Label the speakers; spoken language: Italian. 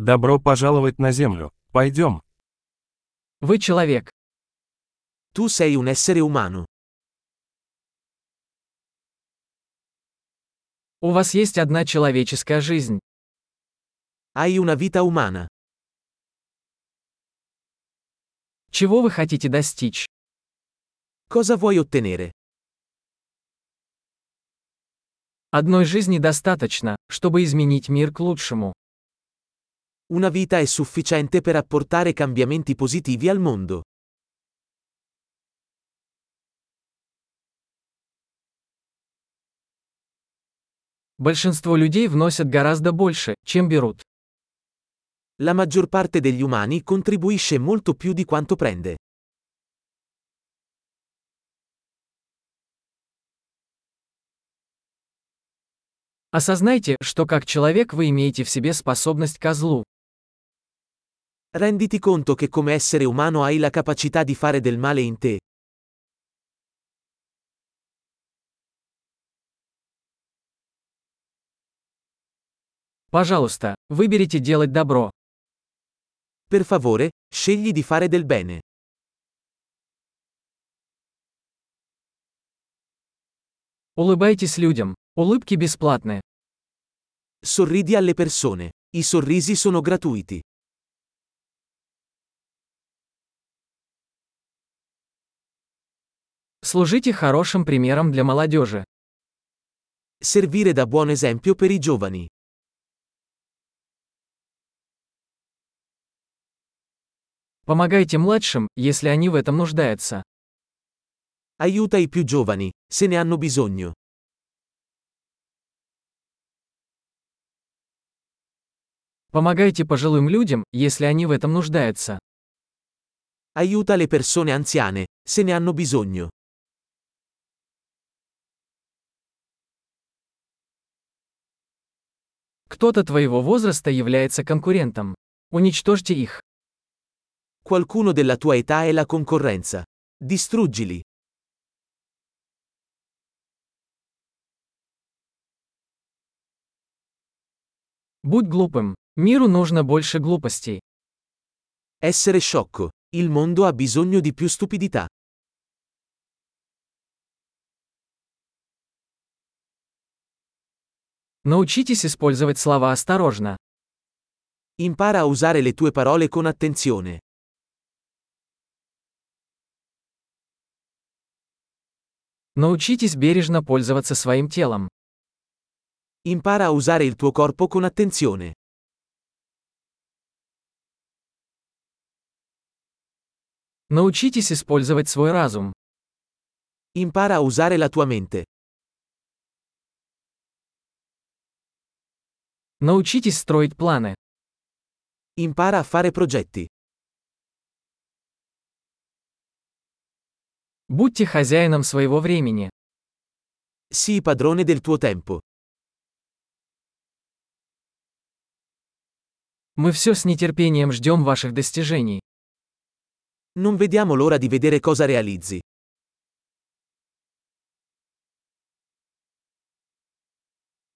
Speaker 1: Добро пожаловать на Землю. Пойдем.
Speaker 2: Вы человек.
Speaker 3: Tu sei un essere umano.
Speaker 2: У вас есть одна человеческая жизнь.
Speaker 3: Hai una vita umana.
Speaker 2: Чего вы хотите достичь?
Speaker 3: Cosa vuoi ottenere?
Speaker 2: Одной жизни достаточно, чтобы изменить мир к лучшему.
Speaker 3: Una vita è sufficiente per apportare cambiamenti positivi al mondo.
Speaker 2: Большинство людей вносят гораздо больше, чем берут.
Speaker 3: La maggior parte degli umani contribuisce molto più di quanto prende.
Speaker 2: Осознайте, что как человек вы имеете в себе способность ко злу.
Speaker 3: Renditi conto che come essere umano hai la capacità di fare del male in te.
Speaker 2: Пожалуйста, выберите делать добро.
Speaker 3: Per favore, scegli di fare del bene.
Speaker 2: Улыбайтесь людям. Улыбки бесплатны.
Speaker 3: Sorridi alle persone. I sorrisi sono gratuiti.
Speaker 2: Служите хорошим примером для молодежи.
Speaker 3: Servire da buon esempio per i giovani.
Speaker 2: Помогайте младшим, если они в этом нуждаются.
Speaker 3: Aiuta i più giovani, se ne hanno bisogno.
Speaker 2: Помогайте пожилым людям, если они в этом нуждаются.
Speaker 3: Aiuta le persone anziane, se ne hanno bisogno.
Speaker 2: Кто-то твоего возраста является конкурентом. Уничтожьте их.
Speaker 3: Qualcuno della tua età è la concorrenza. Distruggili.
Speaker 2: Будь глупым. Миру нужно больше глупостей.
Speaker 3: Essere sciocco. Il mondo ha bisogno di più stupidità.
Speaker 2: Научитесь использовать слова осторожно.
Speaker 3: Impara a usare le tue parole con attenzione.
Speaker 2: Научитесь бережно пользоваться своим телом.
Speaker 3: Impara a usare il tuo corpo con attenzione.
Speaker 2: Научитесь использовать свой разум.
Speaker 3: Impara a usare la tua mente.
Speaker 2: Научитесь строить планы.
Speaker 3: Impara a fare progetti.
Speaker 2: Будьте хозяином своего времени.
Speaker 3: Sii padrone del tuo tempo.
Speaker 2: Мы все с нетерпением ждем ваших достижений.
Speaker 3: Non vediamo l'ora di vedere cosa realizzi.